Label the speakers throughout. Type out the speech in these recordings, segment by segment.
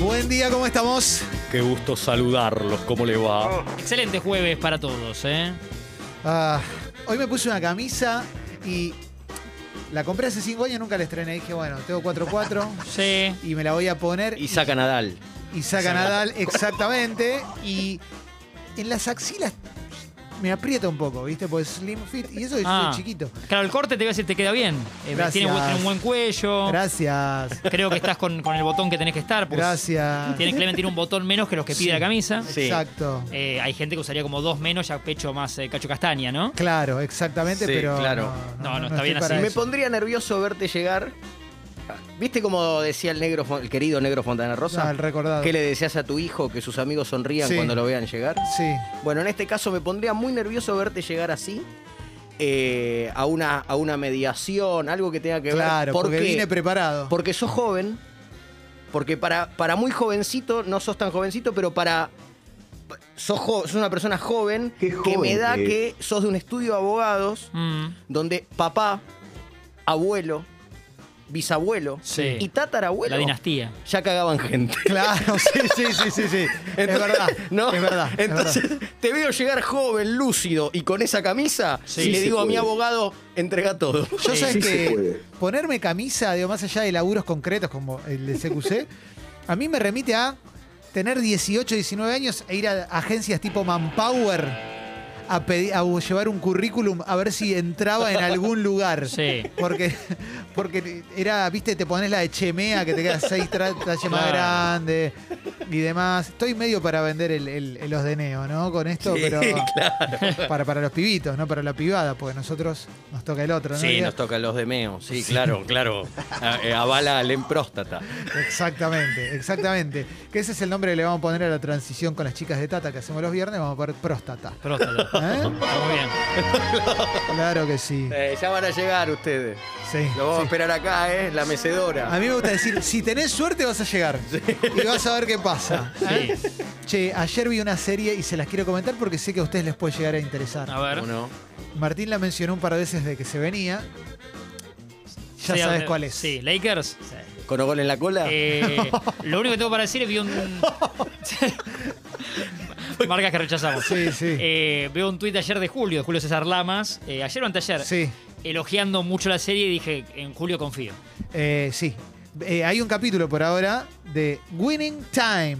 Speaker 1: Buen día, ¿cómo estamos?
Speaker 2: Qué gusto saludarlos, ¿cómo le va?
Speaker 3: Excelente jueves para todos, ¿eh?
Speaker 1: Ah, hoy me puse una camisa y la compré hace cinco años, nunca la estrené. Dije, bueno, tengo 4-4
Speaker 3: Sí.
Speaker 1: y me la voy a poner.
Speaker 2: Y saca Nadal.
Speaker 1: y saca Nadal, exactamente. Y en las axilas me aprieta un poco, ¿viste? Porque es slim fit y eso es
Speaker 3: Ah.
Speaker 1: chiquito.
Speaker 3: Claro, el corte te voy a decir, te queda bien. Eh,
Speaker 1: Gracias.
Speaker 3: tiene, bu- tiene un buen cuello.
Speaker 1: Gracias.
Speaker 3: Creo que estás con, con el botón que tenés que estar. porque
Speaker 1: Gracias.
Speaker 3: Tiene, Clemente tiene un botón menos que los que pide
Speaker 1: Sí.
Speaker 3: la camisa.
Speaker 2: Sí.
Speaker 1: Exacto.
Speaker 3: Eh, hay gente que usaría como dos menos, ya pecho más eh, cacho castaña, ¿no?
Speaker 1: Claro, exactamente,
Speaker 2: Sí,
Speaker 1: pero.
Speaker 2: claro.
Speaker 3: No, no, está bien
Speaker 1: estoy
Speaker 3: así.
Speaker 1: para
Speaker 4: Me
Speaker 1: eso.
Speaker 4: pondría nervioso verte llegar. ¿Viste como decía el negro, Fon- el querido negro Fontana
Speaker 1: Ah,
Speaker 4: Rosa?
Speaker 1: el recordado.
Speaker 4: ¿Qué le deseas a tu hijo que sus amigos sonrían
Speaker 1: Sí.
Speaker 4: cuando lo vean llegar?
Speaker 1: Sí.
Speaker 4: Bueno, en este caso me pondría muy nervioso verte llegar así. eh, a, una, a una mediación, algo que tenga que
Speaker 1: Claro,
Speaker 4: ver. ¿Por
Speaker 1: porque
Speaker 4: qué?
Speaker 1: vine preparado.
Speaker 4: Porque sos joven. Porque para, para muy jovencito, no sos tan jovencito, pero para. Sos, jo- sos una persona joven,
Speaker 5: Qué
Speaker 4: que me
Speaker 5: joven
Speaker 4: da
Speaker 5: que es.
Speaker 4: que sos de un estudio de abogados
Speaker 3: Mm,
Speaker 4: donde papá, abuelo, bisabuelo
Speaker 3: Sí.
Speaker 4: y tatarabuelo
Speaker 3: la dinastía.
Speaker 4: ya cagaban gente.
Speaker 1: Claro, sí, sí, sí, sí, sí. es verdad,
Speaker 4: ¿no?
Speaker 1: es verdad. es
Speaker 4: Entonces,
Speaker 1: verdad.
Speaker 4: te veo llegar joven, lúcido y con esa camisa
Speaker 3: Sí,
Speaker 4: y le
Speaker 3: se
Speaker 4: digo a mi
Speaker 5: puede.
Speaker 4: abogado, entrega todo.
Speaker 1: Yo
Speaker 3: Sí.
Speaker 1: sabes
Speaker 5: Sí se
Speaker 1: que
Speaker 5: puede.
Speaker 1: ponerme camisa, digo, más allá de laburos concretos como el de CQC, a mí me remite a tener 18, 19 años e ir a agencias tipo Manpower a, pedi- a llevar un currículum a ver si entraba en algún lugar.
Speaker 3: Sí.
Speaker 1: Porque, porque era, viste, te pones la de chemea que te queda seis tra- talles más
Speaker 3: Claro.
Speaker 1: grande y demás. Estoy medio para vender el, el, el osdeneo, ¿no? Con esto, pero para, para los pibitos, no para la pibada, porque nosotros nos toca el otro, ¿no?
Speaker 2: Sí,
Speaker 1: Y-
Speaker 2: nos toca los de Meo. Sí, claro, claro. A- eh, Avala al en próstata.
Speaker 1: Exactamente, exactamente. Que ese es el nombre que le vamos a poner a la transición con las chicas de Tata que hacemos los viernes, vamos a poner próstata.
Speaker 3: Próstata.
Speaker 1: ¿Eh?
Speaker 3: Está muy bien.
Speaker 1: Claro que sí.
Speaker 4: Eh, ya van a llegar ustedes.
Speaker 1: Sí.
Speaker 4: Lo vamos a
Speaker 1: sí.
Speaker 4: esperar acá, ¿eh? La mecedora.
Speaker 1: A mí me gusta decir, si tenés suerte vas a llegar. Y vas a ver qué pasa. ¿eh?
Speaker 3: Sí.
Speaker 1: Che, ayer vi una serie y se las quiero comentar porque sé que a ustedes les puede llegar a interesar.
Speaker 3: A ver.
Speaker 2: ¿Cómo no?
Speaker 1: Martín la mencionó un par de veces de que se venía. Ya
Speaker 3: Sí,
Speaker 1: sabes
Speaker 3: a-
Speaker 1: cuál es.
Speaker 3: Sí, Lakers.
Speaker 4: ¿Con gol en la cola?
Speaker 3: Eh, lo único que tengo para decir es vi un. Marcas que rechazamos.
Speaker 1: Sí, sí.
Speaker 3: Eh, veo un tuit ayer de Julio, de Julio César Lamas, eh, ayer o anteayer,
Speaker 1: Sí.
Speaker 3: elogiando mucho la serie y dije, en Julio confío.
Speaker 1: Eh, sí. Eh, hay un capítulo por ahora de Winning Time.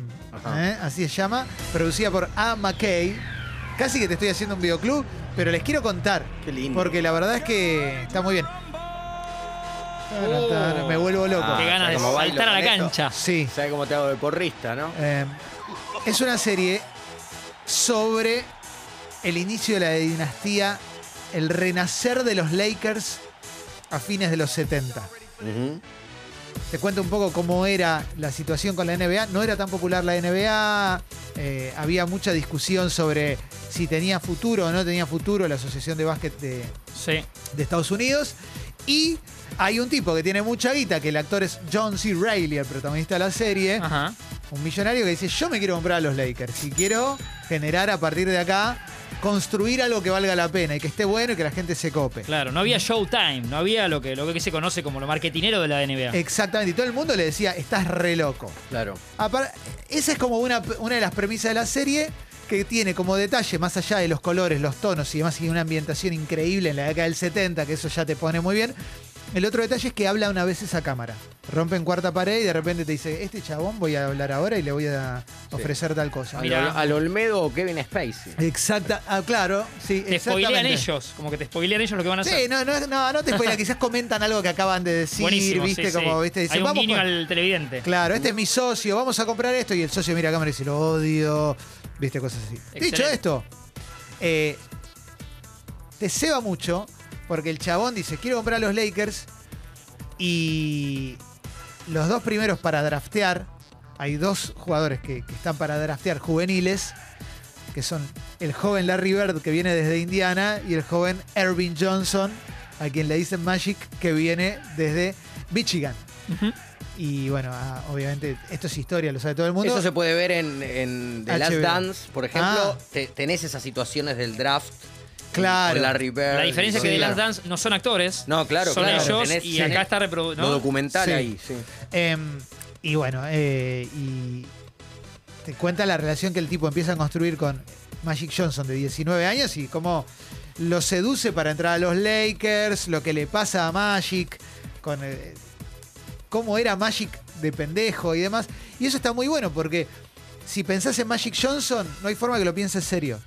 Speaker 1: ¿eh? Así se llama. Producida por A. McKay. Casi que te estoy haciendo un videoclub, pero les quiero contar.
Speaker 4: Qué lindo.
Speaker 1: Porque la verdad es que está muy bien.
Speaker 3: Oh.
Speaker 1: Me vuelvo loco.
Speaker 4: Ah,
Speaker 3: Qué ganas de
Speaker 4: como bailo
Speaker 3: saltar a la
Speaker 4: con esto.
Speaker 3: cancha.
Speaker 1: Sí.
Speaker 4: ¿Sabes cómo te hago de porrista, no?
Speaker 1: Eh, es una serie sobre el inicio de la dinastía, el renacer de los Lakers a fines de los 70.
Speaker 4: Ujú.
Speaker 1: Te cuento un poco cómo era la situación con la NBA. No era tan popular la NBA. eh, había mucha discusión sobre si tenía futuro o no tenía futuro la Asociación de Básquet de,
Speaker 3: Sí.
Speaker 1: de Estados Unidos. Y hay un tipo que tiene mucha guita, que el actor es John C. Reilly, el protagonista de la serie.
Speaker 3: Ajá.
Speaker 1: Un millonario que dice, yo me quiero comprar a los Lakers. Y quiero generar a partir de acá, construir algo que valga la pena y que esté bueno y que la gente se cope.
Speaker 3: Claro, no había showtime, no había lo que, lo que se conoce como lo marketinero de la NBA.
Speaker 1: Eh, Exactamente. Y todo el mundo le decía, estás re loco.
Speaker 4: Claro.
Speaker 1: Apar- Esa es como una, una de las premisas de la serie que tiene como detalle, más allá de los colores, los tonos y demás, y una ambientación increíble en la década del 70, que eso ya te pone muy bien. El otro detalle es que habla una vez esa cámara. Rompen cuarta pared y de repente te dice, este chabón voy a hablar ahora y le voy a ofrecer tal cosa.
Speaker 4: Al,
Speaker 3: Mirá.
Speaker 4: al Olmedo o Kevin Spacey.
Speaker 1: Exacta, ah, claro, sí,
Speaker 3: Te spoilean
Speaker 1: exactamente.
Speaker 3: ellos, como que te spoilean ellos lo que van a hacer.
Speaker 1: Sí, no, no, no, no te spoilean, quizás comentan algo que acaban de decir,
Speaker 3: Buenísimo,
Speaker 1: viste,
Speaker 3: sí,
Speaker 1: como,
Speaker 3: sí.
Speaker 1: viste, dicen,
Speaker 3: Hay un
Speaker 1: vamos
Speaker 3: guiño
Speaker 1: con-
Speaker 3: al televidente.
Speaker 1: Claro, este es mi socio, vamos a comprar esto. Y el socio mira a cámara y dice, lo odio. Viste, cosas así. Dicho
Speaker 3: Excelente.
Speaker 1: esto, eh, te ceba mucho porque el chabón dice, quiero comprar a los Lakers y los dos primeros para draftear, hay dos jugadores que, que están para draftear juveniles, que son el joven Larry Bird que viene desde Indiana y el joven Ervin Johnson, a quien le dicen Magic, que viene desde Michigan.
Speaker 3: Ujú.
Speaker 1: Y bueno, ah, obviamente esto es historia, lo sabe todo el mundo.
Speaker 4: Eso se puede ver en, en The Last
Speaker 1: HBO.
Speaker 4: Dance, por ejemplo.
Speaker 1: Ah.
Speaker 4: Te- tenés esas situaciones del draft.
Speaker 1: Claro.
Speaker 4: Con Larry Bird.
Speaker 3: La diferencia es que
Speaker 4: Sí.
Speaker 3: de Last Dance no son actores,
Speaker 4: No, claro,
Speaker 3: son
Speaker 4: claro.
Speaker 3: ellos
Speaker 4: Tenés-
Speaker 3: y
Speaker 4: tenés
Speaker 3: acá está reproducido.
Speaker 4: Lo documental
Speaker 1: Sí.
Speaker 4: ahí, sí.
Speaker 1: Em, Y bueno, eh, y te cuenta la relación que el tipo empieza a construir con Magic Johnson de 19 años y cómo lo seduce para entrar a los Lakers, lo que le pasa a Magic, con eh, cómo era Magic de pendejo y demás. Y eso está muy bueno porque si pensás en Magic Johnson, no hay forma que lo pienses serio.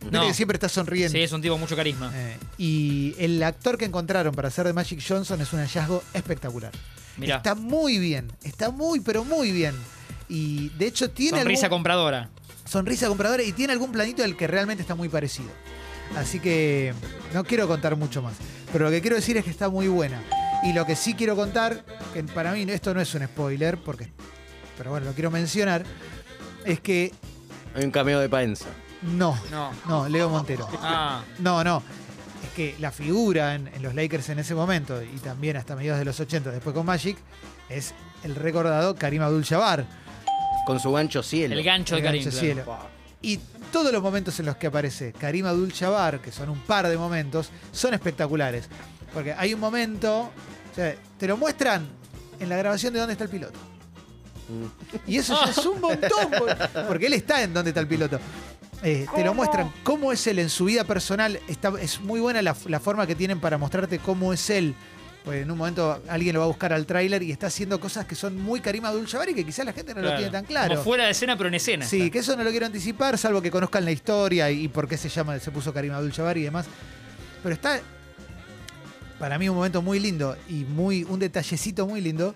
Speaker 1: Viste
Speaker 3: No.
Speaker 1: que siempre está sonriendo.
Speaker 3: Sí, es un tipo mucho carisma.
Speaker 1: Eh, y el actor que encontraron para hacer de Magic Johnson es un hallazgo espectacular.
Speaker 3: Mirá.
Speaker 1: Está muy bien, está muy, pero muy bien. Y de hecho tiene
Speaker 3: Sonrisa
Speaker 1: algún-
Speaker 3: compradora.
Speaker 1: sonrisa compradora y tiene algún planito al que realmente está muy parecido. Así que no quiero contar mucho más. Pero lo que quiero decir es que está muy buena. Y lo que sí quiero contar, que para mí esto no es un spoiler, porque. Pero bueno, lo quiero mencionar. Es que
Speaker 4: Hay un cameo de Paenza.
Speaker 1: no,
Speaker 3: No.
Speaker 1: no, Leo Montero.
Speaker 3: Ah,
Speaker 1: No, no. Es que la figura en, en los Lakers en ese momento, y también hasta mediados de los 80, después con Magic, es el recordado Karim Abdul-Jabbar.
Speaker 4: Con su gancho cielo.
Speaker 3: el gancho de
Speaker 1: El
Speaker 3: Karim.
Speaker 1: gancho
Speaker 3: claro.
Speaker 1: cielo. Y todos los momentos en los que aparece Karim Abdul-Jabbar, que son un par de momentos, son espectaculares. Porque hay un momento, o sea, te lo muestran en la grabación de dónde está el piloto. Y eso ya es un montón, por- porque él está en dónde está el piloto. Eh, te lo muestran cómo es él en su vida personal. Está, es muy buena la, la forma que tienen para mostrarte cómo es él. Pues en un momento alguien lo va a buscar al tráiler y está haciendo cosas que son muy Karim Abdul-Jabbar y que quizás la gente no lo
Speaker 3: Claro.
Speaker 1: tiene tan claro.
Speaker 3: Como fuera de escena, pero en escena.
Speaker 1: Sí, que eso no lo quiero anticipar, salvo que conozcan la historia y, y por qué se llama, se puso Karim Abdul-Jabbar y demás. Pero está para mí un momento muy lindo y muy un detallecito muy lindo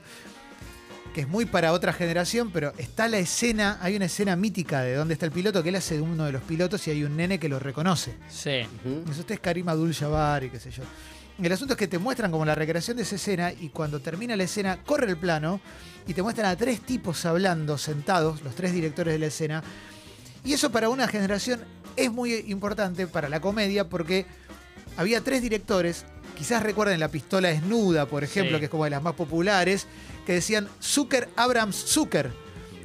Speaker 1: que es muy para otra generación, pero está la escena, hay una escena mítica de dónde está el piloto que él hace de uno de los pilotos y hay un nene que lo reconoce.
Speaker 3: Sí.
Speaker 4: Ujú.
Speaker 1: Eso usted es Karim Abdul-Jabbar y qué sé yo. El asunto es que te muestran como la recreación de esa escena y cuando termina la escena corre el plano y te muestran a tres tipos hablando, sentados, los tres directores de la escena. Y eso para una generación es muy importante para la comedia porque había tres directores, quizás recuerden La Pistola Desnuda, por ejemplo,
Speaker 3: Sí.
Speaker 1: que es como de las más populares, que decían Zucker, Abrams, Zucker.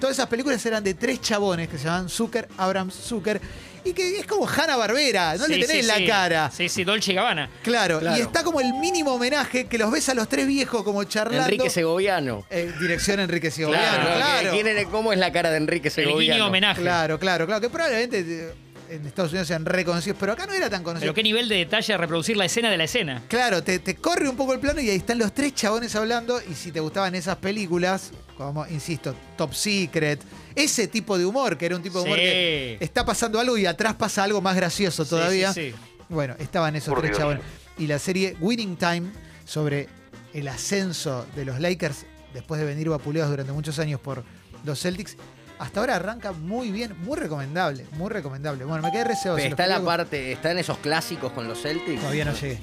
Speaker 1: Todas esas películas eran de tres chabones que se llamaban Zucker, Abrams, Zucker. Y que es como Hanna Barbera, no
Speaker 3: Sí,
Speaker 1: le tenés
Speaker 3: sí,
Speaker 1: la
Speaker 3: sí.
Speaker 1: cara.
Speaker 3: Sí, sí, Dolce y Gabbana.
Speaker 1: Claro,
Speaker 4: Claro.
Speaker 1: y está como el mínimo homenaje que los ves a los tres viejos como charlando.
Speaker 4: Enrique Segoviano.
Speaker 1: Eh, dirección Enrique Segoviano,
Speaker 4: Claro,
Speaker 1: claro.
Speaker 4: que- ¿quién era- ¿Cómo es la cara de Enrique
Speaker 3: El guiño
Speaker 4: Segoviano?
Speaker 3: homenaje.
Speaker 1: Claro, claro, claro. Que probablemente eh, en Estados Unidos sean reconocidos, pero acá no era tan conocido.
Speaker 3: Pero qué nivel de detalle reproducir la escena de la escena.
Speaker 1: Claro, te, te corre un poco el plano y ahí están los tres chabones hablando. Y si te gustaban esas películas, como insisto, Top Secret, ese tipo de humor, que era un tipo de humor
Speaker 3: Sí.
Speaker 1: que está pasando algo y atrás pasa algo más gracioso todavía.
Speaker 3: Sí, sí,
Speaker 1: Bueno, estaban esos tres chabones. Y la serie Winning Time sobre el ascenso de los Lakers después de venir vapuleados durante muchos años por los Celtics. Hasta ahora arranca muy bien, muy recomendable, muy recomendable. Bueno, me quedé reseado. se los
Speaker 4: Está la
Speaker 1: pido.
Speaker 4: parte, está en esos clásicos con los Celtics.
Speaker 1: Todavía no llegué.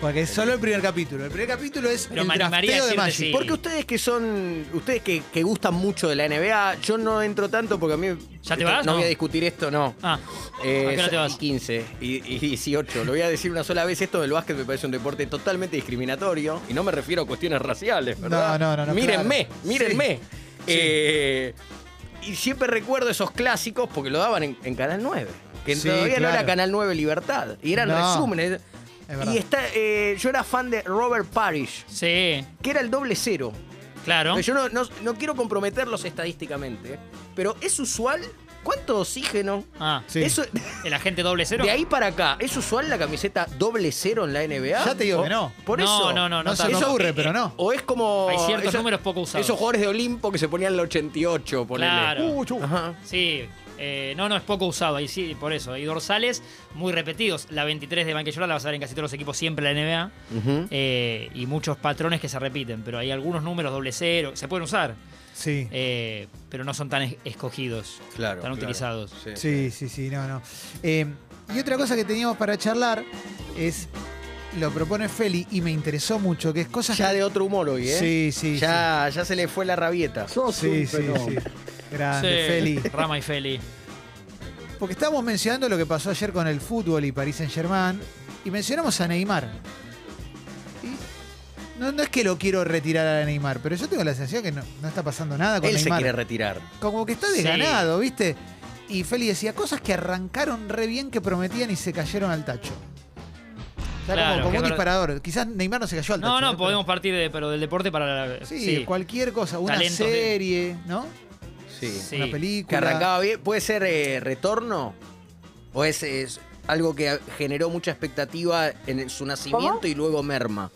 Speaker 1: Porque es solo el primer capítulo. El primer capítulo es
Speaker 3: Pero
Speaker 1: el
Speaker 3: me animaría
Speaker 1: drafteo
Speaker 3: a
Speaker 1: de
Speaker 3: decirte
Speaker 1: Magic.
Speaker 3: sí.
Speaker 4: Porque ustedes que son, ustedes que, que gustan mucho de la NBA, yo no entro tanto porque a mí...
Speaker 3: ¿Ya te
Speaker 4: esto-
Speaker 3: vas?
Speaker 4: No,
Speaker 3: No.
Speaker 4: voy a discutir esto, no.
Speaker 3: Ah,
Speaker 4: Eh,
Speaker 3: ¿a qué hora te vas?
Speaker 4: Y 15 y, y 18. Lo voy a decir una sola vez. Esto del básquet me parece un deporte totalmente discriminatorio. Y no me refiero a cuestiones raciales, ¿verdad?
Speaker 1: No, no, no, no,
Speaker 4: Mírenme,
Speaker 1: claro.
Speaker 4: mírenme.
Speaker 1: Sí.
Speaker 4: Eh, y siempre recuerdo esos clásicos porque lo daban en, en Canal 9. Que
Speaker 1: Sí,
Speaker 4: todavía no era
Speaker 1: claro.
Speaker 4: Canal 9 Libertad. Y eran
Speaker 1: No.
Speaker 4: resúmenes.
Speaker 1: Es verdad.
Speaker 4: eh. y está, eh, yo era fan de Robert Parrish,
Speaker 3: sí,
Speaker 4: que era el doble cero.
Speaker 3: claro.
Speaker 4: Yo no, no- no quiero comprometerlos estadísticamente, ¿eh? pero es usual. ¿Cuánto oxígeno?
Speaker 3: Ah,
Speaker 1: Sí.
Speaker 4: Eso,
Speaker 3: el agente doble cero.
Speaker 4: de ahí para acá, ¿es usual la camiseta doble cero en la NBA?
Speaker 1: Ya te digo
Speaker 4: ¿O-
Speaker 1: que no.
Speaker 4: Por
Speaker 3: No,
Speaker 4: eso.
Speaker 3: no, no,
Speaker 1: No se
Speaker 3: tanto.
Speaker 1: nos aburre, pero no.
Speaker 4: O es como.
Speaker 3: Hay ciertos números poco usados.
Speaker 4: Esos jugadores de Olimpo que se ponían la 88, ponele.
Speaker 3: Claro.
Speaker 1: Uh, chu.
Speaker 4: eh, Ajá.
Speaker 3: Sí, eh, no, no, es poco usado. Ahí sí, por eso. Hay dorsales muy repetidos. La 23 de Banquillola la vas a ver en casi todos los equipos siempre en la NBA. Eh, y muchos patrones que se repiten. Pero hay algunos números doble cero. Se pueden usar,
Speaker 1: Sí.
Speaker 3: eh, pero no son tan es- escogidos,
Speaker 4: Claro.
Speaker 3: tan utilizados.
Speaker 1: Sí, sí, sí, no, no. Eh, y otra cosa que teníamos para charlar es. Lo propone Feli y me interesó mucho, que es cosas.
Speaker 4: Ya
Speaker 1: que-
Speaker 4: de otro humor hoy, ¿eh?
Speaker 1: Sí, sí.
Speaker 4: Ya, ya se le fue la rabieta.
Speaker 1: sí. Sí, sí, sí. Grande,
Speaker 3: Sí,
Speaker 1: Ah, Feli.
Speaker 3: Rama y Feli.
Speaker 1: Porque estábamos mencionando lo que pasó ayer con el fútbol y Paris Saint Germain. Y mencionamos a Neymar. Y no, no es que lo quiero retirar a Neymar, pero yo tengo la sensación que no, no está pasando nada con
Speaker 4: Él se
Speaker 1: Neymar.
Speaker 4: quiere retirar.
Speaker 1: Como que está
Speaker 3: Sí.
Speaker 1: desganado, ¿viste? Y Feli decía cosas que arrancaron re bien que prometían y se cayeron al tacho. Está
Speaker 3: Claro,
Speaker 1: como, como
Speaker 3: que
Speaker 1: un
Speaker 3: es verdad.
Speaker 1: disparador. Quizás Neymar no se cayó al
Speaker 3: No,
Speaker 1: tacho,
Speaker 3: no,
Speaker 1: Pero-
Speaker 3: podemos partir de, pero del deporte para la.
Speaker 1: Sí, cualquier cosa, una
Speaker 3: Talentos,
Speaker 1: serie, ¿no?
Speaker 4: Sí.
Speaker 3: Sí.
Speaker 1: Una
Speaker 4: Que
Speaker 1: película.
Speaker 4: arrancaba bien. ¿Puede ser eh, retorno? ¿O es, es algo que generó mucha expectativa en su nacimiento y luego merma?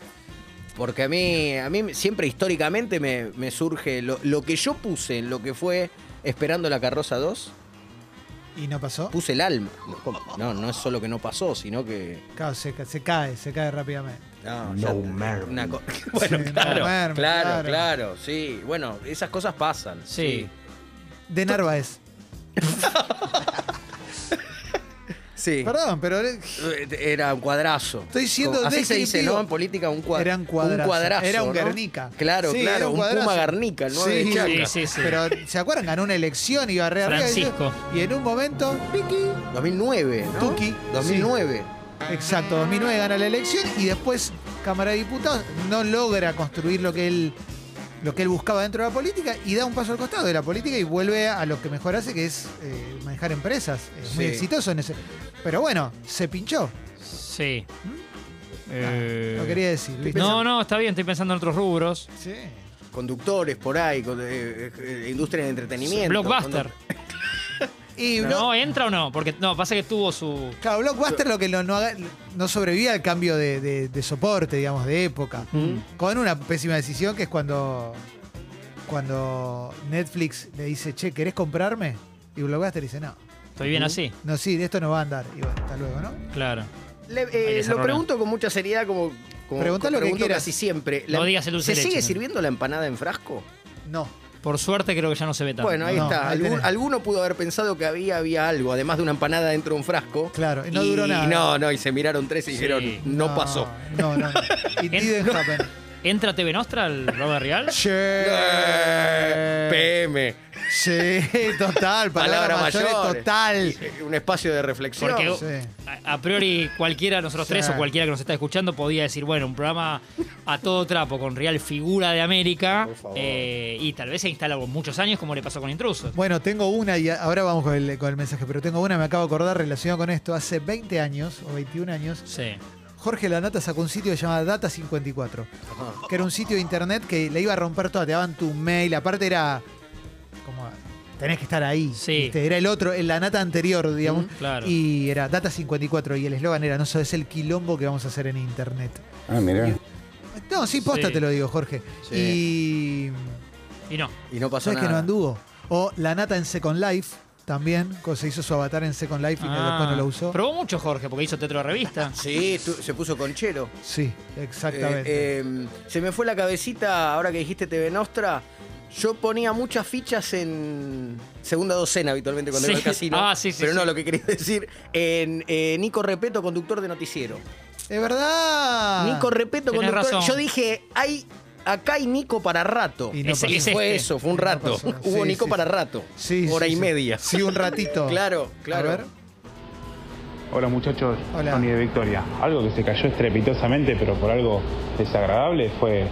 Speaker 4: Porque a mí, a mí siempre históricamente me, me surge lo, lo que yo puse en lo que fue Esperando la Carroza 2,
Speaker 1: Y no pasó.
Speaker 4: puse el alma. No, no es solo que no pasó, sino que...
Speaker 1: Claro, se, ca- se cae, se cae rápidamente.
Speaker 4: No,
Speaker 5: No merma.
Speaker 4: co- bueno,
Speaker 1: Sí, no
Speaker 4: claro,
Speaker 1: merma,
Speaker 4: claro,
Speaker 1: claro.
Speaker 4: claro, sí. Bueno, esas cosas pasan.
Speaker 3: Sí.
Speaker 1: De Narváez.
Speaker 4: Sí.
Speaker 1: Perdón, pero era-
Speaker 4: Era un cuadrazo.
Speaker 1: Estoy siendo
Speaker 4: Así se dice,
Speaker 1: descriptivo.
Speaker 4: ¿no? En política, un cuadrazo.
Speaker 1: era un cuadrazo.
Speaker 4: Un cuadrazo,
Speaker 1: Era un
Speaker 4: ¿no?
Speaker 1: Guernica.
Speaker 4: Claro,
Speaker 1: Sí, era
Speaker 4: claro. Un,
Speaker 1: cuadrazo.
Speaker 4: Puma Guernica, el 9
Speaker 1: Sí,
Speaker 4: de Chaco.
Speaker 3: Chacra. sí, sí.
Speaker 1: Pero, ¿se acuerdan? Ganó una elección y barré arriba. y-
Speaker 3: Francisco.
Speaker 1: Y en un momento, piqui,
Speaker 4: 2009, ¿no?
Speaker 1: Tuki.
Speaker 4: 2009.
Speaker 1: Exacto, 2009 gana la elección y después Cámara de Diputados no logra construir lo que él lo que él buscaba dentro de la política y da un paso al costado de la política y vuelve a lo que mejor hace, que es eh, manejar empresas. Es muy
Speaker 4: Sí.
Speaker 1: exitoso en ese. Pero bueno, se pinchó.
Speaker 3: Sí.
Speaker 1: Ah,
Speaker 3: Eh,
Speaker 1: Lo quería decir. ¿viste?
Speaker 3: No, no, está bien, estoy pensando en otros rubros.
Speaker 1: Sí.
Speaker 4: Conductores por ahí, con- eh, eh, eh, industria de entretenimiento.
Speaker 3: Blockbuster.
Speaker 4: Condu-
Speaker 1: Y Block-
Speaker 3: ¿No entra o no? Porque no, pasa que tuvo su.
Speaker 1: claro, Blockbuster lo que no, no haga- no sobrevivía al cambio de, de- de soporte, digamos, de época. Con una pésima decisión que es cuando, cuando Netflix le dice, che, ¿querés comprarme? Y Blockbuster dice, no.
Speaker 3: Estoy bien así.
Speaker 1: No, sí, de esto no va a andar. Y bueno, hasta luego, ¿no?
Speaker 3: Claro.
Speaker 4: Le- eh,
Speaker 3: que
Speaker 4: lo
Speaker 3: desarrollar.
Speaker 4: pregunto con mucha seriedad, como. como
Speaker 1: Preguntá lo que
Speaker 4: pregunto
Speaker 1: quieras.
Speaker 4: casi siempre.
Speaker 3: No digas el dulce de
Speaker 4: ¿Se
Speaker 3: leche,
Speaker 4: sigue
Speaker 3: ¿no?
Speaker 4: sirviendo la empanada en frasco?
Speaker 1: No.
Speaker 3: Por suerte creo que ya no se ve tanto.
Speaker 4: Bueno, ahí
Speaker 1: No,
Speaker 4: está.
Speaker 1: ahí
Speaker 4: Algún-
Speaker 1: tenés.
Speaker 4: alguno pudo haber pensado que había, había algo, además de una empanada dentro de un frasco.
Speaker 1: Claro, y no duró nada.
Speaker 4: Y no, no, y se miraron tres
Speaker 3: Sí.
Speaker 4: y dijeron, no, pasó.
Speaker 1: No, no, no. It didn't happen.
Speaker 3: ¿Entra TV Nostra al Robert Real?
Speaker 1: Sí,
Speaker 4: Eh, PM.
Speaker 1: sí, total. Palabra
Speaker 4: Palabra
Speaker 1: mayor,
Speaker 4: mayor.
Speaker 1: total.
Speaker 4: Eh, Un espacio de reflexión.
Speaker 3: Porque
Speaker 1: Sí.
Speaker 3: a, a priori cualquiera de nosotros
Speaker 1: Sí.
Speaker 3: tres o cualquiera que nos está escuchando podía decir, bueno, un programa a todo trapo con Real figura de América
Speaker 4: Por favor.
Speaker 3: eh, y tal vez se instala con muchos años como le pasó con Intrusos.
Speaker 1: Bueno, tengo una y ahora vamos con el, con el mensaje, pero tengo una, me acabo de acordar relacionada con esto. Hace 20 años o 21 años,
Speaker 3: Sí.
Speaker 1: Jorge Lanata sacó un sitio llamado Data 54,
Speaker 4: Ajá.
Speaker 1: que era un sitio de internet que le iba a romper toda, te daban tu mail, aparte era como tenés que estar ahí.
Speaker 3: Sí.
Speaker 1: ¿viste? Era el otro, el Lanata anterior, digamos.
Speaker 3: Claro.
Speaker 1: Y era Data 54 y el eslogan era, no sabes el quilombo que vamos a hacer en internet.
Speaker 5: Ah, mirá.
Speaker 1: No, sí, posta
Speaker 3: Sí.
Speaker 1: te lo digo, Jorge. Y...
Speaker 3: Y no.
Speaker 4: Y no pasó
Speaker 1: ¿Sabes
Speaker 4: nada.
Speaker 1: que no anduvo? O La Nata en Second Life también, co- se hizo su avatar en Second Life y no- después
Speaker 3: Ah.
Speaker 1: no lo usó.
Speaker 3: Probó mucho Jorge porque hizo teatro de revista.
Speaker 4: Sí, tú- se puso conchero.
Speaker 1: Sí, exactamente.
Speaker 4: Eh, eh, se me fue la cabecita ahora que dijiste TV Nostra. Yo ponía muchas fichas en segunda docena habitualmente cuando
Speaker 3: Sí.
Speaker 4: iba al casino.
Speaker 3: Ah, sí, sí,
Speaker 4: pero no,
Speaker 3: sí.
Speaker 4: lo que quería decir, en eh, Nico Repeto, conductor de noticiero.
Speaker 1: es verdad.
Speaker 4: Nico Repeto,
Speaker 3: tenés
Speaker 4: conductor.
Speaker 3: razón.
Speaker 4: Yo dije, hay, acá hay Nico para rato.
Speaker 1: Y no
Speaker 4: Ese-
Speaker 1: pasó.
Speaker 4: y
Speaker 3: Es este.
Speaker 4: fue eso, fue un
Speaker 1: No
Speaker 4: rato.
Speaker 1: pasó.
Speaker 4: Hubo
Speaker 1: Sí,
Speaker 4: Nico
Speaker 1: sí,
Speaker 4: para
Speaker 1: sí.
Speaker 4: rato.
Speaker 1: Sí,
Speaker 4: Hora
Speaker 1: sí,
Speaker 4: y
Speaker 1: sí.
Speaker 4: media.
Speaker 1: Sí, un ratito.
Speaker 4: Claro, claro.
Speaker 1: A ver.
Speaker 6: Hola muchachos,
Speaker 1: Hola.
Speaker 6: Tony de Victoria. Algo que se cayó estrepitosamente, pero por algo desagradable, fue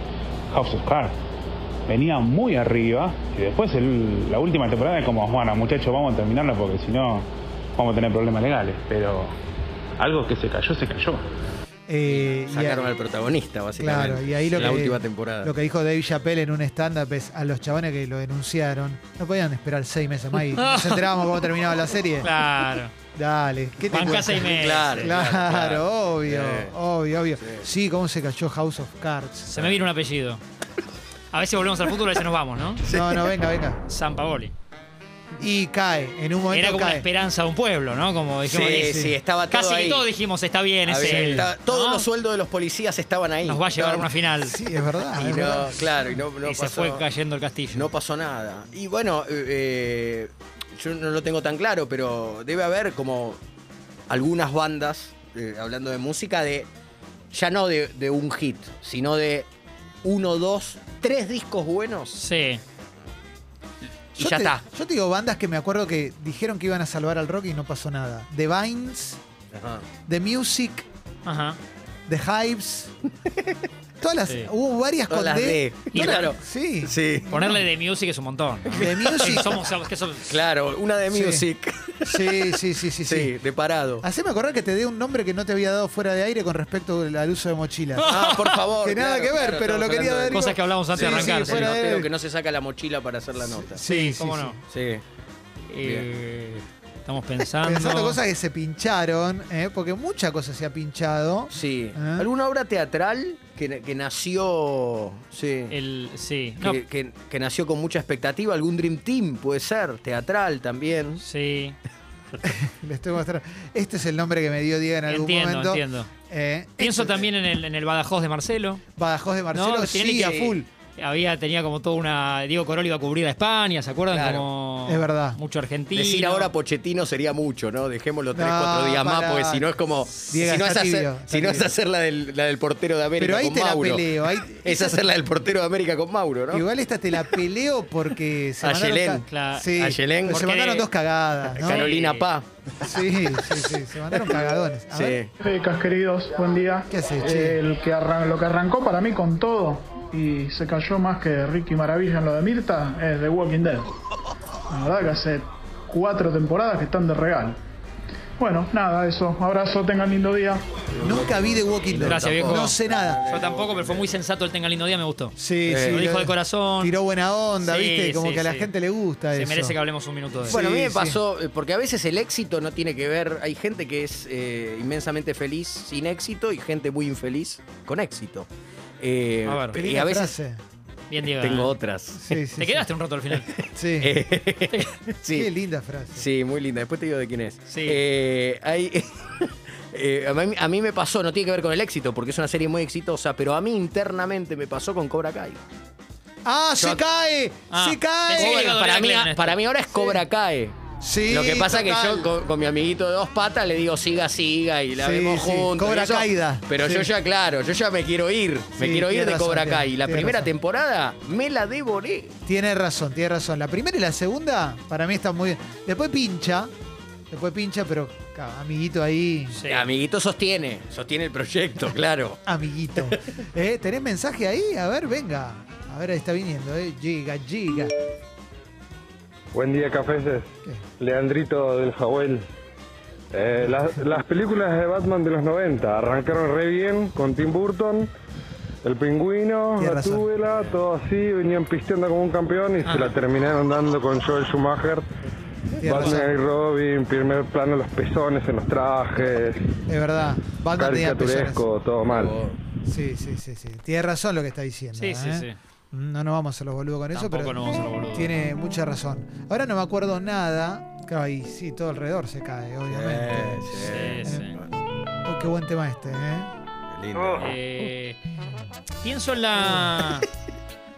Speaker 6: House of Cards. Venía muy arriba y después el- la última temporada es como, bueno muchachos, vamos a terminarlo porque si no vamos a tener problemas legales. Pero algo que se cayó, se cayó.
Speaker 1: Eh, y
Speaker 4: Sacaron
Speaker 1: ahí-
Speaker 4: al protagonista, básicamente.
Speaker 1: Claro, y ahí lo
Speaker 4: la
Speaker 1: que,
Speaker 4: última temporada.
Speaker 1: Lo que dijo Dave Chappelle en un stand-up es a los chavales que lo denunciaron. No podían esperar seis meses más y nos enterábamos cómo terminaba la serie.
Speaker 3: Claro.
Speaker 1: Dale, ¿qué te
Speaker 3: Bancá
Speaker 1: cuesta?
Speaker 3: seis meses.
Speaker 4: Claro.
Speaker 1: Claro, obvio,
Speaker 4: Sí.
Speaker 1: obvio, obvio. Sí. cómo se cayó House of Cards.
Speaker 3: Se me vino un apellido. A veces volvemos al futuro, a veces nos vamos, ¿no?
Speaker 1: No, no, venga, venga.
Speaker 3: San Paoli.
Speaker 1: Y cae, en un momento
Speaker 3: Era como una
Speaker 1: cae.
Speaker 3: esperanza de un pueblo, ¿no? Como dijimos.
Speaker 4: Sí,
Speaker 3: ahí.
Speaker 4: sí, estaba todo
Speaker 3: Casi
Speaker 4: ahí.
Speaker 3: que todos dijimos, está bien, es
Speaker 4: Había-
Speaker 3: él.
Speaker 4: estaba- todos
Speaker 3: ¿no?
Speaker 4: los sueldos de los policías estaban ahí.
Speaker 3: Nos va a llevar a una
Speaker 4: Estaban-
Speaker 3: final.
Speaker 1: Sí, es verdad.
Speaker 4: Y
Speaker 1: es
Speaker 4: no,
Speaker 1: verdad.
Speaker 4: claro, y no, no
Speaker 3: y
Speaker 4: pasó.
Speaker 3: se fue cayendo el castillo.
Speaker 4: No pasó nada. Y bueno, eh, eh, yo no lo tengo tan claro, pero debe haber como algunas bandas, eh, hablando de música, de ya no de, de un hit, sino de uno, dos, tres discos buenos.
Speaker 3: Sí. Y
Speaker 1: Yo
Speaker 3: ya
Speaker 1: te-
Speaker 3: está.
Speaker 1: Yo te digo bandas que me acuerdo que dijeron que iban a salvar al rock y no pasó nada. The Vines, The Music,
Speaker 3: Ajá.
Speaker 1: The Hives. Todas todas las.
Speaker 3: Sí.
Speaker 1: Hubo varias
Speaker 4: Todas
Speaker 1: con
Speaker 4: las
Speaker 1: D.
Speaker 4: D.
Speaker 3: Y
Speaker 1: Todas-
Speaker 3: claro.
Speaker 1: Sí.
Speaker 2: Sí.
Speaker 3: Ponerle de music es un montón. ¿no?
Speaker 1: De
Speaker 3: Sí,
Speaker 1: Music.
Speaker 3: somos, somos- que somos-
Speaker 2: Claro, una de
Speaker 1: Sí.
Speaker 2: music.
Speaker 1: Sí, sí, sí, sí,
Speaker 2: Sí,
Speaker 1: sí.
Speaker 2: de parado.
Speaker 1: Haceme acordar que te dé un nombre que no te había dado fuera de aire con respecto al uso de mochila.
Speaker 4: Ah, por favor.
Speaker 1: Que nada que ver, pero lo
Speaker 4: estamos
Speaker 1: quería
Speaker 4: hablando de
Speaker 1: ver
Speaker 3: Cosas que hablamos antes
Speaker 1: Sí,
Speaker 3: de
Speaker 1: sí,
Speaker 3: arrancar. sí.
Speaker 1: fuera de-
Speaker 4: Pero que no se saca la mochila para hacer la nota.
Speaker 1: Sí, sí,
Speaker 3: ¿Cómo
Speaker 1: sí.
Speaker 3: no?
Speaker 4: Sí.
Speaker 3: Eh, estamos pensando.
Speaker 1: Pensando cosas que se pincharon, ¿eh? porque mucha cosa se ha pinchado.
Speaker 4: Sí.
Speaker 1: Ah.
Speaker 4: ¿Alguna obra teatral que, que nació. Sí.
Speaker 3: El, sí.
Speaker 4: Que,
Speaker 3: No,
Speaker 4: que- que nació con mucha expectativa, algún Dream Team puede ser, teatral también.
Speaker 3: sí.
Speaker 1: Le estoy mostrando. Este es el nombre que me dio Diego en algún
Speaker 3: Entiendo,
Speaker 1: momento.
Speaker 3: entiendo.
Speaker 1: Eh,
Speaker 3: Pienso
Speaker 1: este-
Speaker 3: también en el, en el Badajoz de Marcelo.
Speaker 1: Badajoz de Marcelo,
Speaker 3: No, tiene
Speaker 1: sí,
Speaker 3: que-
Speaker 1: a full.
Speaker 3: Había, tenía como toda una. Diego Corol iba a cubrir a España, ¿se acuerdan?
Speaker 4: Claro.
Speaker 3: Como
Speaker 1: Es verdad.
Speaker 3: Mucho argentino.
Speaker 4: Decir ahora Pochettino sería mucho, ¿no? Dejémoslo tres,
Speaker 1: No,
Speaker 4: cuatro días
Speaker 1: pará.
Speaker 4: más, porque si no es como.
Speaker 1: Diego,
Speaker 4: si no,
Speaker 1: está
Speaker 4: es hacer,
Speaker 1: tibio, está
Speaker 4: si no es
Speaker 1: tibio.
Speaker 4: hacer la del, la del portero de América
Speaker 1: Pero ahí
Speaker 4: con
Speaker 1: te
Speaker 4: Mauro.
Speaker 1: la peleo. ahí-
Speaker 4: Es hacer la del portero de América con Mauro, ¿no?
Speaker 1: Igual esta te la peleo porque se
Speaker 4: A
Speaker 1: mandaron,
Speaker 4: Yelén,
Speaker 1: ca-
Speaker 3: claro,
Speaker 1: sí,
Speaker 4: a Yelén.
Speaker 1: se
Speaker 3: Porque-
Speaker 1: mandaron dos cagadas, ¿no?
Speaker 3: Claro.
Speaker 4: Carolina
Speaker 3: Sí.
Speaker 4: Pa.
Speaker 1: Sí, sí, sí, se mandaron cagadones. A ver,
Speaker 4: Sí.
Speaker 5: Becas, queridos, buen día.
Speaker 1: ¿Qué haces, che?
Speaker 5: El que arran- lo que arrancó para mí con todo y se cayó más que Ricky Maravilla en lo de Mirta es The Walking Dead. La verdad que hace cuatro temporadas que están de regalo. Bueno, nada, eso. Abrazo, tengan lindo día.
Speaker 1: nunca vi de Walking Dead.
Speaker 3: Gracias, viejo.
Speaker 1: No sé nada.
Speaker 3: Yo tampoco, pero fue muy sensato el Tenga Lindo Día, me gustó.
Speaker 1: Sí,
Speaker 4: Eh,
Speaker 1: sí.
Speaker 3: lo dijo de corazón.
Speaker 1: Tiró buena onda,
Speaker 3: Sí,
Speaker 1: ¿viste? Como
Speaker 3: sí,
Speaker 1: que a la
Speaker 3: sí.
Speaker 1: gente le gusta
Speaker 3: Se
Speaker 1: eso.
Speaker 3: merece que hablemos un minuto de eso.
Speaker 4: Bueno, a mí me
Speaker 1: sí.
Speaker 4: pasó, eh, porque a veces el éxito no tiene que ver, hay gente que es eh, inmensamente feliz sin éxito y gente muy infeliz con éxito. Eh,
Speaker 3: A ver.
Speaker 4: y a veces
Speaker 1: Frase.
Speaker 3: Bien, Diego.
Speaker 4: tengo
Speaker 3: ¿eh?
Speaker 4: otras.
Speaker 1: Sí, sí,
Speaker 3: Te
Speaker 1: sí.
Speaker 3: quedaste un rato al final.
Speaker 1: Sí. Qué
Speaker 4: Eh, Sí,
Speaker 1: linda frase.
Speaker 4: sí, muy linda. Después te digo de quién es.
Speaker 3: Sí.
Speaker 4: Eh, hay- eh, a, mí, a mí me pasó, no tiene que ver con el éxito, porque es una serie muy exitosa, pero a mí internamente me pasó con Cobra Kai.
Speaker 1: ¡Ah, se
Speaker 4: Yo-
Speaker 1: cae!
Speaker 3: Ah,
Speaker 1: ¡Se cae!
Speaker 3: pensé que le iba a doler
Speaker 4: para,
Speaker 3: a
Speaker 4: mí,
Speaker 3: Clemen esto.
Speaker 4: para mí ahora es Cobra Kai.
Speaker 1: Sí,
Speaker 4: Lo que pasa que
Speaker 1: total.
Speaker 4: yo con, con mi amiguito de dos patas le digo siga, siga y la
Speaker 1: Sí,
Speaker 4: vemos
Speaker 1: sí,
Speaker 4: juntos.
Speaker 1: Cobra
Speaker 4: y eso.
Speaker 1: Caída.
Speaker 4: Pero
Speaker 1: Sí.
Speaker 4: yo ya, claro, yo ya me quiero ir. Me
Speaker 1: Sí,
Speaker 4: quiero ir
Speaker 1: tiene
Speaker 4: de
Speaker 1: razón,
Speaker 4: Cobra
Speaker 1: tiene-
Speaker 4: Kai. La
Speaker 1: tiene
Speaker 4: primera
Speaker 1: razón.
Speaker 4: temporada me la devoré.
Speaker 1: Tiene razón, tiene razón. La primera y la segunda, para mí están muy bien. Después pincha. Después pincha, pero ca- amiguito ahí.
Speaker 3: Sí.
Speaker 4: Amiguito sostiene, sostiene el proyecto, claro.
Speaker 1: Amiguito. Eh, ¿Tenés mensaje ahí? A ver, venga. A ver, ahí está viniendo, eh. Giga, giga.
Speaker 7: Buen día, cafeses.
Speaker 1: ¿Qué?
Speaker 7: Leandrito del Jawel. Eh, las, las películas de Batman de los 90 arrancaron re bien con Tim Burton, El Pingüino,
Speaker 1: Tiene
Speaker 7: la
Speaker 1: razón. Ah.
Speaker 7: Túbela, todo así, venían pisteando como un campeón y se la terminaron dando con Joel Schumacher.
Speaker 1: Tiene
Speaker 7: Batman
Speaker 1: razón.
Speaker 7: y Robin, primer plano los pezones en los trajes,
Speaker 1: Es verdad. Batman tenía pezones.
Speaker 7: caricaturesco, todo mal.
Speaker 1: Sí, sí, sí, sí. Tiene razón lo que está diciendo.
Speaker 3: Sí, sí,
Speaker 1: ¿eh?
Speaker 3: sí.
Speaker 1: No nos vamos a los boludos con eso,
Speaker 3: Tampoco
Speaker 1: pero
Speaker 3: nos vamos a los boludos.
Speaker 1: tiene mucha razón. Ahora no me acuerdo nada. Claro, y sí, todo alrededor se cae, obviamente. Eh,
Speaker 3: Sí, sí.
Speaker 1: Oh, qué buen tema este, ¿eh?
Speaker 3: Eh, pienso en la,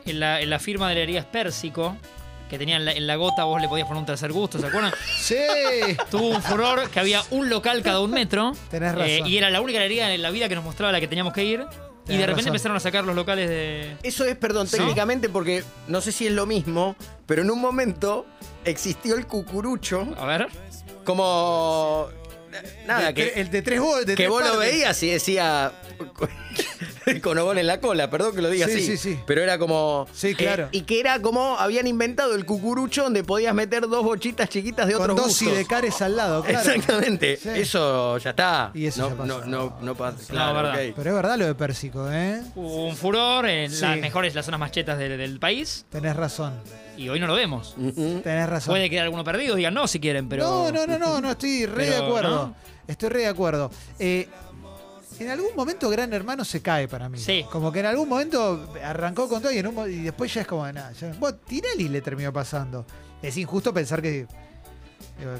Speaker 3: en la en la firma de heladerías Pérsico que tenía en la, en la gota vos le podías poner un tercer gusto, ¿se acuerdan?
Speaker 1: ¡Sí!
Speaker 3: Tuvo un furor que había un local cada un metro. eh,
Speaker 1: Tenés razón.
Speaker 3: y era la única galería en la vida que nos mostraba la que teníamos que ir. y
Speaker 1: Tenés
Speaker 3: de repente
Speaker 1: razón.
Speaker 3: empezaron a sacar los locales de.
Speaker 4: Eso es, perdón,
Speaker 3: Sí.
Speaker 4: técnicamente porque no sé si es lo mismo, pero en un momento existió el cucurucho
Speaker 3: A ver.
Speaker 4: como... Nada,
Speaker 1: De
Speaker 4: que...
Speaker 1: tre- el de tres goles.
Speaker 4: que vos lo veías y decía con obón en la cola, perdón que lo diga
Speaker 1: Sí,
Speaker 4: así.
Speaker 1: sí, sí.
Speaker 4: Pero era como.
Speaker 1: Sí,
Speaker 4: eh,
Speaker 1: claro.
Speaker 4: y que era como habían inventado el cucurucho donde podías meter dos bochitas chiquitas de
Speaker 1: Con
Speaker 4: otros
Speaker 1: dos y
Speaker 4: gustos.
Speaker 1: de cares al lado, claro.
Speaker 4: Exactamente.
Speaker 1: Sí.
Speaker 4: Eso ya está.
Speaker 1: Y eso
Speaker 4: no,
Speaker 1: ya pasó.
Speaker 4: no, no, no pasa. Claro,
Speaker 3: verdad.
Speaker 4: ok.
Speaker 1: Pero es verdad lo de Pérsico, ¿eh?
Speaker 3: Hubo un furor en
Speaker 1: Sí.
Speaker 3: las mejores, las zonas machetas del, del país.
Speaker 1: Tenés razón.
Speaker 3: Y hoy no lo vemos.
Speaker 4: Mm, mm.
Speaker 1: Tenés razón.
Speaker 3: Puede quedar alguno perdido, digan no si quieren, pero.
Speaker 1: No, no, no, no, no, estoy re de
Speaker 3: Pero,
Speaker 1: acuerdo.
Speaker 3: ¿no?
Speaker 1: Estoy re de acuerdo. Eh, en algún momento Gran Hermano se cae para mí.
Speaker 3: Sí.
Speaker 1: Como que en algún momento arrancó con todo y, en un mo- y después ya es como, nada, ya, bueno, Tinelli le terminó pasando. Es injusto pensar que... digo,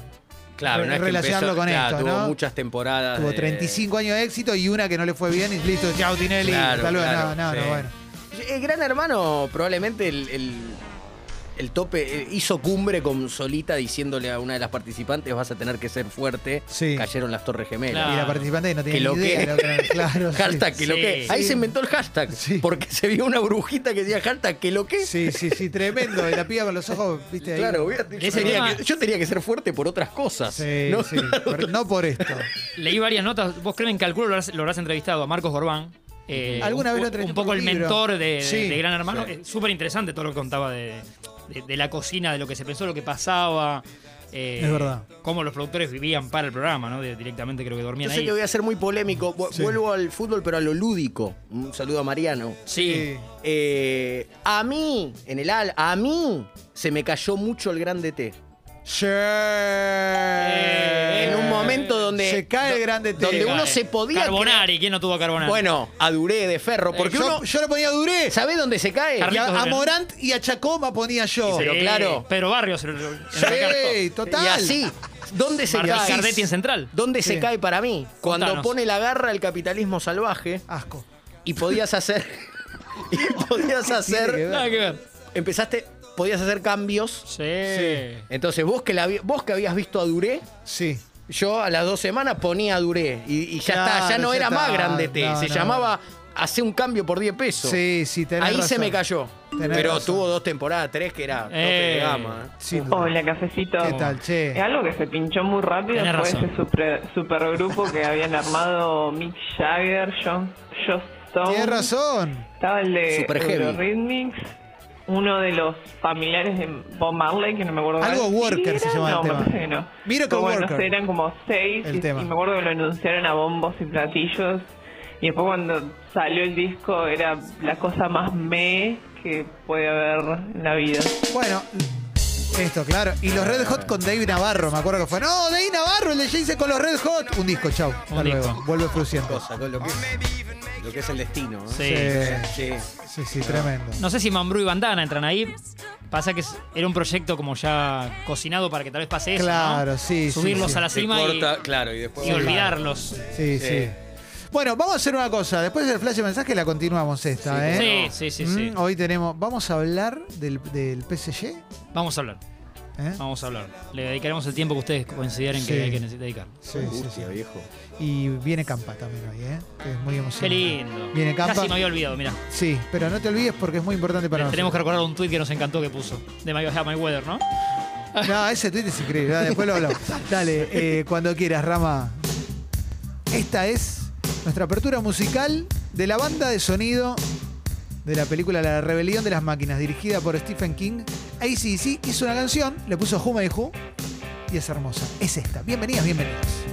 Speaker 4: Claro, no es que
Speaker 1: Relacionarlo
Speaker 4: empezó-
Speaker 1: con
Speaker 4: claro,
Speaker 1: esto,
Speaker 4: tuvo
Speaker 1: ¿no?
Speaker 4: muchas temporadas.
Speaker 1: tuvo
Speaker 4: Ah, de-
Speaker 1: 35 años de éxito y una que no le fue bien y listo, chao Tinelli.
Speaker 4: Claro,
Speaker 1: hasta luego. no,
Speaker 4: claro,
Speaker 1: no,
Speaker 4: sí.
Speaker 1: no, bueno.
Speaker 4: Eh, Gran Hermano, probablemente el, el- el tope eh, hizo cumbre con Solita diciéndole a una de las participantes vas a tener que ser fuerte.
Speaker 1: Sí.
Speaker 4: Cayeron las Torres Gemelas.
Speaker 3: Claro.
Speaker 1: Y la participante no tenía
Speaker 4: Que
Speaker 1: ni
Speaker 4: lo
Speaker 1: idea.
Speaker 4: que-
Speaker 1: de lo que era. claro, sí.
Speaker 4: Hashtag que lo
Speaker 3: Sí.
Speaker 4: que. Ahí
Speaker 1: Sí.
Speaker 4: se inventó el hashtag.
Speaker 1: Sí.
Speaker 4: Porque se vio una brujita que decía hashtag que lo que.
Speaker 1: Sí, sí, sí, tremendo. Y la piba con los ojos, viste, ahí.
Speaker 4: Claro, voy a- yo,
Speaker 3: Ese tema-
Speaker 4: tenía que, yo tenía que ser fuerte por otras cosas.
Speaker 1: Sí,
Speaker 4: ¿no?
Speaker 1: sí. Por- no por esto.
Speaker 3: Leí varias notas. Vos creen, calculo, lo habrás, lo habrás entrevistado a Marcos Gorbán, eh,
Speaker 1: Alguna
Speaker 3: un,
Speaker 1: vez lo
Speaker 3: un
Speaker 1: entrevisté
Speaker 3: poco
Speaker 1: por
Speaker 3: el
Speaker 1: un libro.
Speaker 3: mentor de, de-
Speaker 1: Sí,
Speaker 3: de Gran Hermano.
Speaker 1: sí.
Speaker 3: Es Súper interesante todo lo que contaba de, de- de la cocina, de lo que se pensó, lo que pasaba. eh,
Speaker 1: Es verdad.
Speaker 3: Cómo los productores vivían para el programa, ¿no? De- directamente creo que
Speaker 4: Yo
Speaker 3: dormían
Speaker 4: sé
Speaker 3: ahí.
Speaker 4: que voy a ser muy polémico. Vu- Vuelvo al fútbol, pero a lo lúdico. Un saludo a Mariano.
Speaker 3: Sí.
Speaker 4: Eh, a mí, en el al, a mí se me cayó mucho el grande T.
Speaker 1: Sí.
Speaker 4: Eh, En un momento donde.
Speaker 1: Se cae el grande T.
Speaker 4: Donde
Speaker 3: Llega,
Speaker 4: uno
Speaker 3: eh.
Speaker 4: se podía.
Speaker 3: Carbonari, ¿quién no tuvo a Carbonari?
Speaker 4: Bueno, a Duré de ferro. Porque
Speaker 1: Eh, yo,
Speaker 4: uno.
Speaker 1: yo lo ponía a Duré.
Speaker 4: ¿Sabés dónde se cae?
Speaker 1: Y
Speaker 3: Carlitos
Speaker 1: a, a
Speaker 3: Duré, ¿no?
Speaker 1: Morant y a Chacoma ponía yo.
Speaker 4: pero
Speaker 3: Sí,
Speaker 4: claro.
Speaker 3: Pedro Barrios. en el- en el recarto.
Speaker 1: Sí, total.
Speaker 4: Y así. ¿Dónde se
Speaker 3: Martín
Speaker 4: cae?
Speaker 3: Cardetti en central.
Speaker 4: ¿Dónde se
Speaker 1: Sí.
Speaker 4: cae para mí? Cuando
Speaker 3: Contanos.
Speaker 4: pone la garra el capitalismo salvaje
Speaker 1: Asco.
Speaker 4: y podías hacer. y
Speaker 1: Tiene
Speaker 4: podías
Speaker 1: que
Speaker 4: hacer.
Speaker 1: ver.
Speaker 3: Nada que ver.
Speaker 4: Empezaste. Podías hacer cambios.
Speaker 3: Sí.
Speaker 4: Entonces vos que, la, habí- vos que habías visto a Duré,
Speaker 1: Sí.
Speaker 4: yo a las dos semanas ponía a Duré. Y, y ya
Speaker 1: Claro,
Speaker 4: está, ya no
Speaker 1: ya
Speaker 4: era
Speaker 1: está.
Speaker 4: más grande T.
Speaker 1: No,
Speaker 4: se
Speaker 1: no.
Speaker 4: llamaba Hace un cambio por 10 pesos.
Speaker 1: Sí, sí, tenés
Speaker 4: Ahí se
Speaker 1: razón.
Speaker 4: me cayó.
Speaker 1: Tenés
Speaker 4: Pero
Speaker 1: razón.
Speaker 4: tuvo dos temporadas, tres que era tope
Speaker 3: Eh.
Speaker 4: de gama.
Speaker 1: Sin duda.
Speaker 8: Hola, cafecito.
Speaker 1: ¿Qué tal, che?
Speaker 8: Es algo que se pinchó muy rápido
Speaker 3: Tenés
Speaker 8: fue
Speaker 3: razón.
Speaker 8: ese super, supergrupo que habían armado Mick Jagger, John, Josh Stone.
Speaker 1: Tienes razón.
Speaker 8: Estaba el de
Speaker 4: Super heavy.
Speaker 8: Eurythmics, uno de los familiares de Bob Marley, que no me acuerdo.
Speaker 1: Algo
Speaker 8: cuál
Speaker 1: Worker se
Speaker 8: era.
Speaker 1: llamaba el
Speaker 8: No, me
Speaker 1: tema.
Speaker 8: parece que no.
Speaker 1: Miracle
Speaker 8: Pero bueno,
Speaker 1: Worker.
Speaker 8: no sé, eran como seis
Speaker 1: El
Speaker 8: y,
Speaker 1: tema.
Speaker 8: y me acuerdo que lo anunciaron a bombos y platillos. Y después cuando salió el disco era la cosa más me que puede haber en la vida.
Speaker 1: Bueno, esto, claro. Y los Red Hot con Dave Navarro, me acuerdo que fue. No, Dave Navarro, el de Jason con los Red Hot. Un disco, chau. Hasta
Speaker 3: Un
Speaker 1: luego.
Speaker 3: disco.
Speaker 1: Vuelve fruciendo.
Speaker 4: Cosa, con lo que, lo que es el destino. ¿eh?
Speaker 3: Sí.
Speaker 1: Sí, sí,
Speaker 4: Sí.
Speaker 1: sí, tremendo.
Speaker 3: No sé si Mambrú y Bandana entran ahí. Pasa que es- era un proyecto como ya cocinado para que tal vez pase eso.
Speaker 1: Claro,
Speaker 3: ¿no?
Speaker 1: sí, sí,
Speaker 3: Subirlos
Speaker 1: sí.
Speaker 3: a la
Speaker 2: Se
Speaker 3: cima y,
Speaker 2: corta, claro, y después.
Speaker 3: y olvidarlos.
Speaker 1: Sí, sí,
Speaker 4: Sí.
Speaker 1: Bueno, vamos a hacer una cosa. Después del flash de mensaje la continuamos esta, ¿eh?
Speaker 3: Sí, sí, sí, sí.
Speaker 1: Mm, hoy tenemos. Vamos a hablar del, del PSG. ¿eh?
Speaker 3: Vamos a hablar, vamos a hablar. Le dedicaremos el tiempo que ustedes consideren
Speaker 1: Sí.
Speaker 3: que hay que necesit- dedicar.
Speaker 1: Sí, sí, sí.
Speaker 4: Angustia, viejo.
Speaker 1: Y viene Campa también hoy, ¿eh? Que es muy emocionante.
Speaker 3: Qué lindo.
Speaker 1: Viene Campa.
Speaker 3: Casi me había olvidado, mira.
Speaker 1: Sí, pero no te olvides porque es muy importante para
Speaker 3: Tenemos que
Speaker 1: nosotros.
Speaker 3: recordar un tuit que nos encantó que puso. De My, My Weather, ¿no?
Speaker 1: No, ese tweet es increíble. Dale, después lo hablamos. Dale, eh, cuando quieras, Rama. Esta es nuestra apertura musical de la banda de sonido de la película La Rebelión de las Máquinas, dirigida por Stephen King. ACDC hizo una canción, le puso Who May Who y es hermosa. Es esta. Bienvenidas, bienvenidos.